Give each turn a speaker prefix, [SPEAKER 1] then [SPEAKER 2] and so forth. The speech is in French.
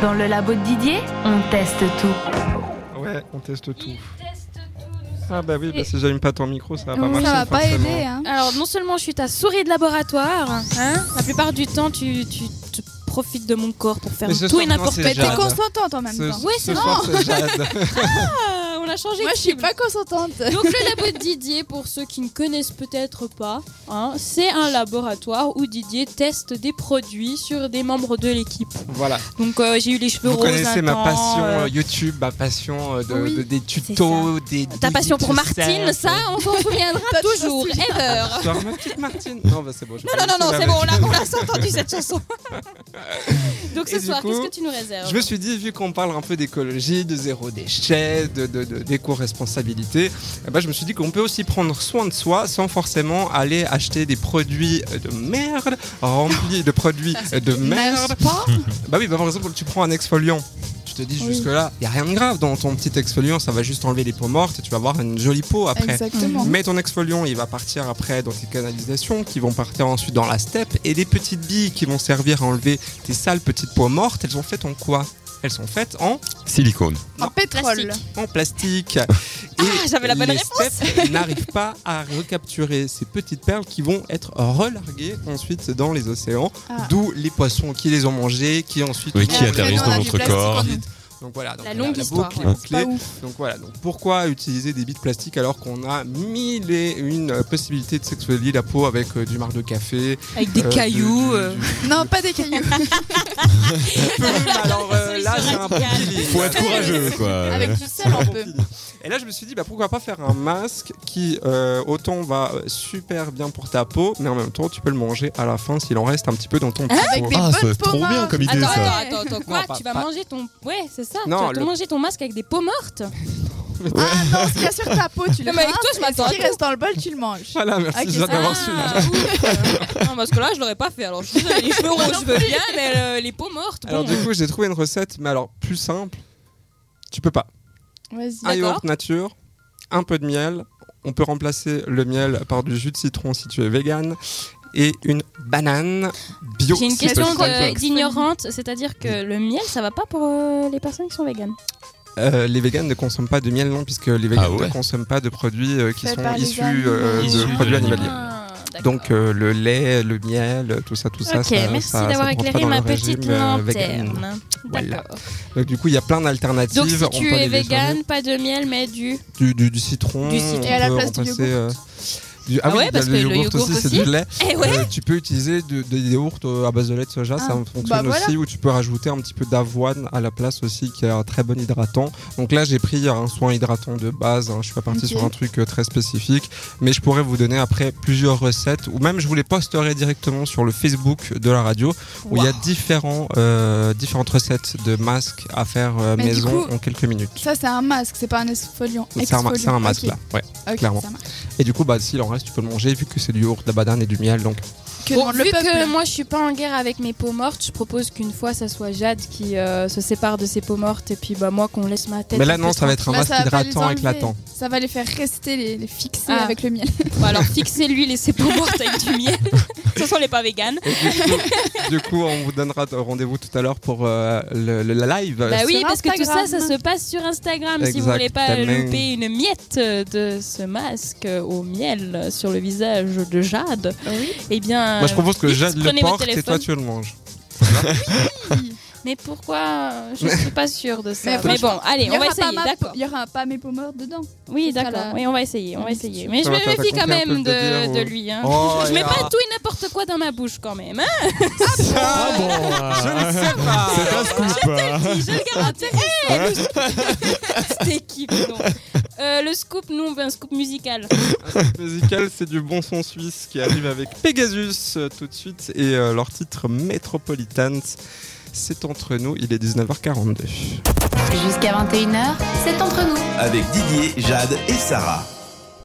[SPEAKER 1] Dans le labo de Didier, on teste tout.
[SPEAKER 2] Ouais, on teste tout.
[SPEAKER 3] teste tout.
[SPEAKER 2] Ah bah oui, bah si j'allume pas ton micro, ça va pas
[SPEAKER 4] Mmh, Ça
[SPEAKER 2] marcher.
[SPEAKER 4] va pas
[SPEAKER 2] bah, forcément.
[SPEAKER 4] aider. Hein.
[SPEAKER 3] Alors, non seulement je suis ta souris de laboratoire, hein, la plupart du temps, tu, tu, tu profites de mon corps pour faire
[SPEAKER 2] Mais ce
[SPEAKER 3] tout
[SPEAKER 2] soir,
[SPEAKER 3] et n'importe
[SPEAKER 2] non,
[SPEAKER 4] Mais
[SPEAKER 2] c'est
[SPEAKER 4] t'es
[SPEAKER 2] Jade.
[SPEAKER 4] consentante en même
[SPEAKER 2] Ce,
[SPEAKER 4] temps.
[SPEAKER 3] Oui,
[SPEAKER 2] ce
[SPEAKER 3] c'est
[SPEAKER 2] soir, c'est Jade.
[SPEAKER 3] quoi. On a changé
[SPEAKER 4] Moi,
[SPEAKER 3] de
[SPEAKER 4] je suis
[SPEAKER 3] cible.
[SPEAKER 4] pas consentante.
[SPEAKER 3] Donc le labo de Didier, pour ceux qui ne connaissent peut-être pas, hein, c'est un laboratoire où Didier teste des produits sur des membres de l'équipe.
[SPEAKER 2] voilà.
[SPEAKER 3] Donc euh, j'ai eu les cheveux
[SPEAKER 2] Vous
[SPEAKER 3] roses.
[SPEAKER 2] connaissez
[SPEAKER 3] un
[SPEAKER 2] ma
[SPEAKER 3] temps,
[SPEAKER 2] passion
[SPEAKER 3] euh,
[SPEAKER 2] euh, YouTube, ma passion euh, de,
[SPEAKER 4] Oui,
[SPEAKER 2] de- des tutos, des.
[SPEAKER 3] Ta
[SPEAKER 2] des
[SPEAKER 3] passion pour
[SPEAKER 2] recettes.
[SPEAKER 3] Martine, ça, on s'en souviendra
[SPEAKER 4] Pas de
[SPEAKER 3] toujours,
[SPEAKER 4] souci.
[SPEAKER 3] ever.
[SPEAKER 2] Genre ma petite Martine. Non, bah c'est bon. je vais
[SPEAKER 3] Non, non,
[SPEAKER 2] pas
[SPEAKER 3] non, non,
[SPEAKER 2] laisser
[SPEAKER 3] c'est
[SPEAKER 2] la
[SPEAKER 3] bon, on
[SPEAKER 2] mettre.
[SPEAKER 3] l'a, on l'a entendu cette chanson. Donc
[SPEAKER 2] Et
[SPEAKER 3] ce
[SPEAKER 2] du
[SPEAKER 3] soir,
[SPEAKER 2] coup,
[SPEAKER 3] qu'est-ce que tu nous réserves
[SPEAKER 2] Je me suis dit, vu qu'on parle un peu d'écologie, de zéro déchet, de, de, de- d'éco-responsabilité, eh ben, je me suis dit qu'on peut aussi prendre soin de soi sans forcément aller acheter des produits de merde, remplis de produits de merde. Bah oui, bah, par exemple, tu prends un exfoliant. Tu te dis
[SPEAKER 4] Oui.
[SPEAKER 2] jusque-là, il n'y a rien de grave dans ton petit exfoliant, ça va juste enlever les peaux mortes et tu vas avoir une jolie
[SPEAKER 4] Ah,
[SPEAKER 2] peau après.
[SPEAKER 4] Exactement.
[SPEAKER 2] Mais ton exfoliant, il va partir après dans tes canalisations qui vont partir ensuite dans la steppe et des petites billes qui vont servir à enlever tes sales petites peaux mortes, elles sont faites en quoi Elles sont faites en,
[SPEAKER 5] Silicone.
[SPEAKER 4] En pétrole.
[SPEAKER 3] Plastique.
[SPEAKER 2] en plastique. Et
[SPEAKER 3] Ah, j'avais la bonne
[SPEAKER 2] les
[SPEAKER 3] réponse.
[SPEAKER 2] steppes n'arrivent pas à recapturer ces petites perles qui vont être relarguées ensuite dans les océans,
[SPEAKER 4] Ah.
[SPEAKER 2] d'où les poissons qui les ont mangées, qui ensuite
[SPEAKER 5] Oui,
[SPEAKER 2] ont
[SPEAKER 5] qui
[SPEAKER 4] après,
[SPEAKER 5] atterrissent
[SPEAKER 4] on
[SPEAKER 5] dans
[SPEAKER 4] a du
[SPEAKER 5] votre
[SPEAKER 4] plastique
[SPEAKER 5] corps.
[SPEAKER 4] en nous.
[SPEAKER 2] Donc voilà, donc
[SPEAKER 3] La longue
[SPEAKER 2] la
[SPEAKER 3] histoire,
[SPEAKER 2] boucle
[SPEAKER 3] ouais.
[SPEAKER 2] est
[SPEAKER 4] Pas
[SPEAKER 2] bouclée.
[SPEAKER 4] ouf.
[SPEAKER 2] Donc voilà, donc pourquoi utiliser des billes de plastique alors qu'on a mille et une euh, possibilités de s'exfolier la peau avec euh, du marc de café
[SPEAKER 3] Avec des
[SPEAKER 2] euh,
[SPEAKER 3] cailloux.
[SPEAKER 2] du-
[SPEAKER 3] euh,
[SPEAKER 2] du-
[SPEAKER 4] Non, pas des cailloux.
[SPEAKER 2] Alors euh, là, c'est
[SPEAKER 3] Solution
[SPEAKER 2] un
[SPEAKER 3] radicale.
[SPEAKER 2] peu
[SPEAKER 5] Faut être courageux, quoi.
[SPEAKER 4] Avec du sel un peu.
[SPEAKER 2] Et là, je me suis dit, bah, pourquoi pas faire un masque qui, euh, autant va euh, super bien pour ta peau, mais en même temps, tu peux le manger à la fin s'il en reste un petit peu dans ton petit
[SPEAKER 4] Avec
[SPEAKER 2] pot.
[SPEAKER 4] des
[SPEAKER 5] Ah, ça
[SPEAKER 4] bonnes
[SPEAKER 5] c'est trop
[SPEAKER 4] pommes.
[SPEAKER 5] bien comme idée,
[SPEAKER 3] Attends,
[SPEAKER 5] ça.
[SPEAKER 3] attends, attends, attends, quoi
[SPEAKER 2] Non, pas-
[SPEAKER 3] Tu vas
[SPEAKER 2] pas-
[SPEAKER 3] manger ton. Ouais, c'est ça.
[SPEAKER 2] Non,
[SPEAKER 3] tu vas te
[SPEAKER 2] le-
[SPEAKER 3] manger ton masque avec des peaux mortes.
[SPEAKER 4] Ah non, ce qu'il y a sur ta peau, tu le
[SPEAKER 3] Non, mais avec
[SPEAKER 4] rinces,
[SPEAKER 3] toi, je
[SPEAKER 4] et
[SPEAKER 3] m'attends
[SPEAKER 4] Ce
[SPEAKER 3] à
[SPEAKER 4] qui
[SPEAKER 3] tout.
[SPEAKER 4] reste dans le bol, tu le manges.
[SPEAKER 2] Voilà, merci
[SPEAKER 4] Ok,
[SPEAKER 2] Jade,
[SPEAKER 4] ça
[SPEAKER 2] d'avoir
[SPEAKER 3] Ah,
[SPEAKER 2] su. là.
[SPEAKER 3] ouf. non, parce que là, je l'aurais pas fait. Alors, je suis désolée, les cheveux rouges, je veux bien, mais euh, les peaux mortes.
[SPEAKER 2] Alors,
[SPEAKER 3] bon.
[SPEAKER 2] du coup, j'ai trouvé une recette, mais alors plus simple. Tu peux pas. Un
[SPEAKER 4] Vas-y.
[SPEAKER 3] D'accord.
[SPEAKER 2] yaourt nature, un peu de miel. On peut remplacer le miel par du jus de citron si tu es vegan. Et une banane bio.
[SPEAKER 3] J'ai une
[SPEAKER 2] si tu
[SPEAKER 3] question
[SPEAKER 2] le
[SPEAKER 3] de-
[SPEAKER 2] souhaites.
[SPEAKER 3] d'ignorante, c'est-à-dire que le miel, ça va pas pour euh, les personnes qui sont véganes.
[SPEAKER 2] Euh, les véganes ne consomment pas de miel, non, puisque les véganes
[SPEAKER 5] Ah ouais
[SPEAKER 2] ne consomment pas de produits euh, qui
[SPEAKER 4] Fait
[SPEAKER 2] sont
[SPEAKER 4] par les
[SPEAKER 2] issus
[SPEAKER 4] animaux.
[SPEAKER 2] euh,
[SPEAKER 4] Issus
[SPEAKER 2] de
[SPEAKER 5] de
[SPEAKER 2] produits
[SPEAKER 5] l'animal.
[SPEAKER 2] animaliers. Donc euh, le lait, le miel, euh, tout ça, tout ça.
[SPEAKER 3] Ah, ok,
[SPEAKER 2] ça-
[SPEAKER 3] merci
[SPEAKER 2] ça- ça
[SPEAKER 3] d'avoir
[SPEAKER 2] rentre pas
[SPEAKER 3] éclairé
[SPEAKER 2] dans
[SPEAKER 3] ma
[SPEAKER 2] le régime,
[SPEAKER 3] petite
[SPEAKER 2] euh, vegan.
[SPEAKER 3] lanterne.
[SPEAKER 2] Voilà.
[SPEAKER 3] D'accord.
[SPEAKER 2] Donc du coup, il y a plein d'alternatives.
[SPEAKER 3] Donc si
[SPEAKER 2] On
[SPEAKER 3] tu
[SPEAKER 2] peut les
[SPEAKER 3] es vegan,
[SPEAKER 2] déjeuner.
[SPEAKER 3] pas de miel, mais du.
[SPEAKER 2] du, du- du citron.
[SPEAKER 3] Du citron.
[SPEAKER 2] on
[SPEAKER 4] Et à la
[SPEAKER 2] peut
[SPEAKER 4] place du
[SPEAKER 2] remplacer, euh,
[SPEAKER 4] yogourt.
[SPEAKER 2] du-
[SPEAKER 3] Ah
[SPEAKER 2] ah,
[SPEAKER 3] ouais,
[SPEAKER 2] oui,
[SPEAKER 3] parce
[SPEAKER 2] il
[SPEAKER 3] que
[SPEAKER 2] y a
[SPEAKER 3] le
[SPEAKER 2] le yogourt
[SPEAKER 3] yogourt
[SPEAKER 2] aussi, c'est
[SPEAKER 3] aussi.
[SPEAKER 2] du lait.
[SPEAKER 3] Eh ouais
[SPEAKER 2] Euh, tu peux utiliser de- des yaourts euh, à base de lait de soja,
[SPEAKER 4] Ah,
[SPEAKER 2] ça fonctionne
[SPEAKER 4] bah voilà.
[SPEAKER 2] aussi. Ou tu peux rajouter un petit peu d'avoine à la place aussi, qui est un très bon hydratant. Donc là, j'ai pris un soin hydratant de base. hein. Je suis pas parti
[SPEAKER 4] Ok.
[SPEAKER 2] sur un truc euh, très spécifique, mais je pourrais vous donner après plusieurs recettes, ou même je vous les posterai directement sur le Facebook de la radio, où il y a différents, euh, différentes recettes de masques à faire euh,
[SPEAKER 4] Mais du
[SPEAKER 2] maison
[SPEAKER 4] coup-
[SPEAKER 2] en quelques minutes.
[SPEAKER 4] Ça, c'est un masque, c'est pas un exfoliant.
[SPEAKER 2] C'est un, ma- c'est un masque là, ouais. clairement. Et du coup, bah, s'il en reste, tu peux le manger vu que c'est du yaourt, de la banane et du miel. Donc,
[SPEAKER 4] Que
[SPEAKER 3] Bon,
[SPEAKER 4] demande
[SPEAKER 3] Oh, vu
[SPEAKER 4] le
[SPEAKER 3] que
[SPEAKER 4] peuple. Bah,
[SPEAKER 3] moi je suis pas en guerre avec mes peaux mortes, je propose qu'une fois ça soit Jade qui euh, se sépare de ses peaux mortes et puis bah moi qu'on laisse ma tête.
[SPEAKER 2] mais là
[SPEAKER 3] un peu
[SPEAKER 2] non, ça va être un
[SPEAKER 4] Là,
[SPEAKER 2] masque
[SPEAKER 4] Bah, ça va pas les
[SPEAKER 2] hydratant
[SPEAKER 4] enlever.
[SPEAKER 2] éclatant.
[SPEAKER 4] Ça va les faire rester, les, les fixer
[SPEAKER 3] Ah.
[SPEAKER 4] avec le miel.
[SPEAKER 3] tranquille. Bon, alors fixez-lui les ses peaux mortes avec du miel. Ce sont les pas véganes.
[SPEAKER 2] Et du, coup, du coup, on vous donnera rendez-vous tout à l'heure pour euh, le, le- la live.
[SPEAKER 3] Bah oui,
[SPEAKER 4] sur
[SPEAKER 3] parce que tout ça,
[SPEAKER 4] Instagram.
[SPEAKER 3] ça se passe sur Instagram. Si vous voulez pas
[SPEAKER 2] Exactement.
[SPEAKER 3] louper une miette de ce masque au miel sur le visage de Jade,
[SPEAKER 4] Oui.
[SPEAKER 3] eh bien.
[SPEAKER 2] Moi, je propose que
[SPEAKER 3] juste
[SPEAKER 2] Jade le
[SPEAKER 3] prenez votre
[SPEAKER 2] porte et toi,
[SPEAKER 3] téléphone.
[SPEAKER 2] tu le manges.
[SPEAKER 3] Mais pourquoi Je suis pas sûre de ça.
[SPEAKER 4] Mais
[SPEAKER 3] Mais,
[SPEAKER 4] franchement,
[SPEAKER 3] bon, allez,
[SPEAKER 4] Il y
[SPEAKER 3] on va
[SPEAKER 4] aura pas
[SPEAKER 3] essayer,
[SPEAKER 4] ma-
[SPEAKER 3] d'accord.
[SPEAKER 4] Il y aura pas mes peaux mortes dedans.
[SPEAKER 3] Oui,
[SPEAKER 4] Ce sera
[SPEAKER 3] d'accord.
[SPEAKER 4] la-
[SPEAKER 3] Oui, on va essayer, on va essayer. Mais je
[SPEAKER 2] Ça
[SPEAKER 3] me
[SPEAKER 2] va, t'as
[SPEAKER 3] méfie quand
[SPEAKER 2] compris un peu
[SPEAKER 3] même
[SPEAKER 2] le délire,
[SPEAKER 3] de, de
[SPEAKER 2] ou-
[SPEAKER 3] lui. hein.
[SPEAKER 2] Oh,
[SPEAKER 3] je mets
[SPEAKER 2] là.
[SPEAKER 3] pas tout et n'importe quoi dans ma bouche quand même. Hein
[SPEAKER 5] Ah bon Je
[SPEAKER 2] sais pas.
[SPEAKER 5] C'est pas scoop.
[SPEAKER 2] Ah.
[SPEAKER 5] hein.
[SPEAKER 3] je le garantis. Hey, le- Cette équipe, non. Euh, le scoop, nous, on veut un scoop musical.
[SPEAKER 2] musical, c'est du bon son suisse qui arrive avec Pegasus euh, tout de suite et euh, leur titre Metropolitans. C'est entre nous, il est 19h42.
[SPEAKER 1] Jusqu'à 21h, c'est entre nous.
[SPEAKER 6] Avec Didier, Jade et Sarah.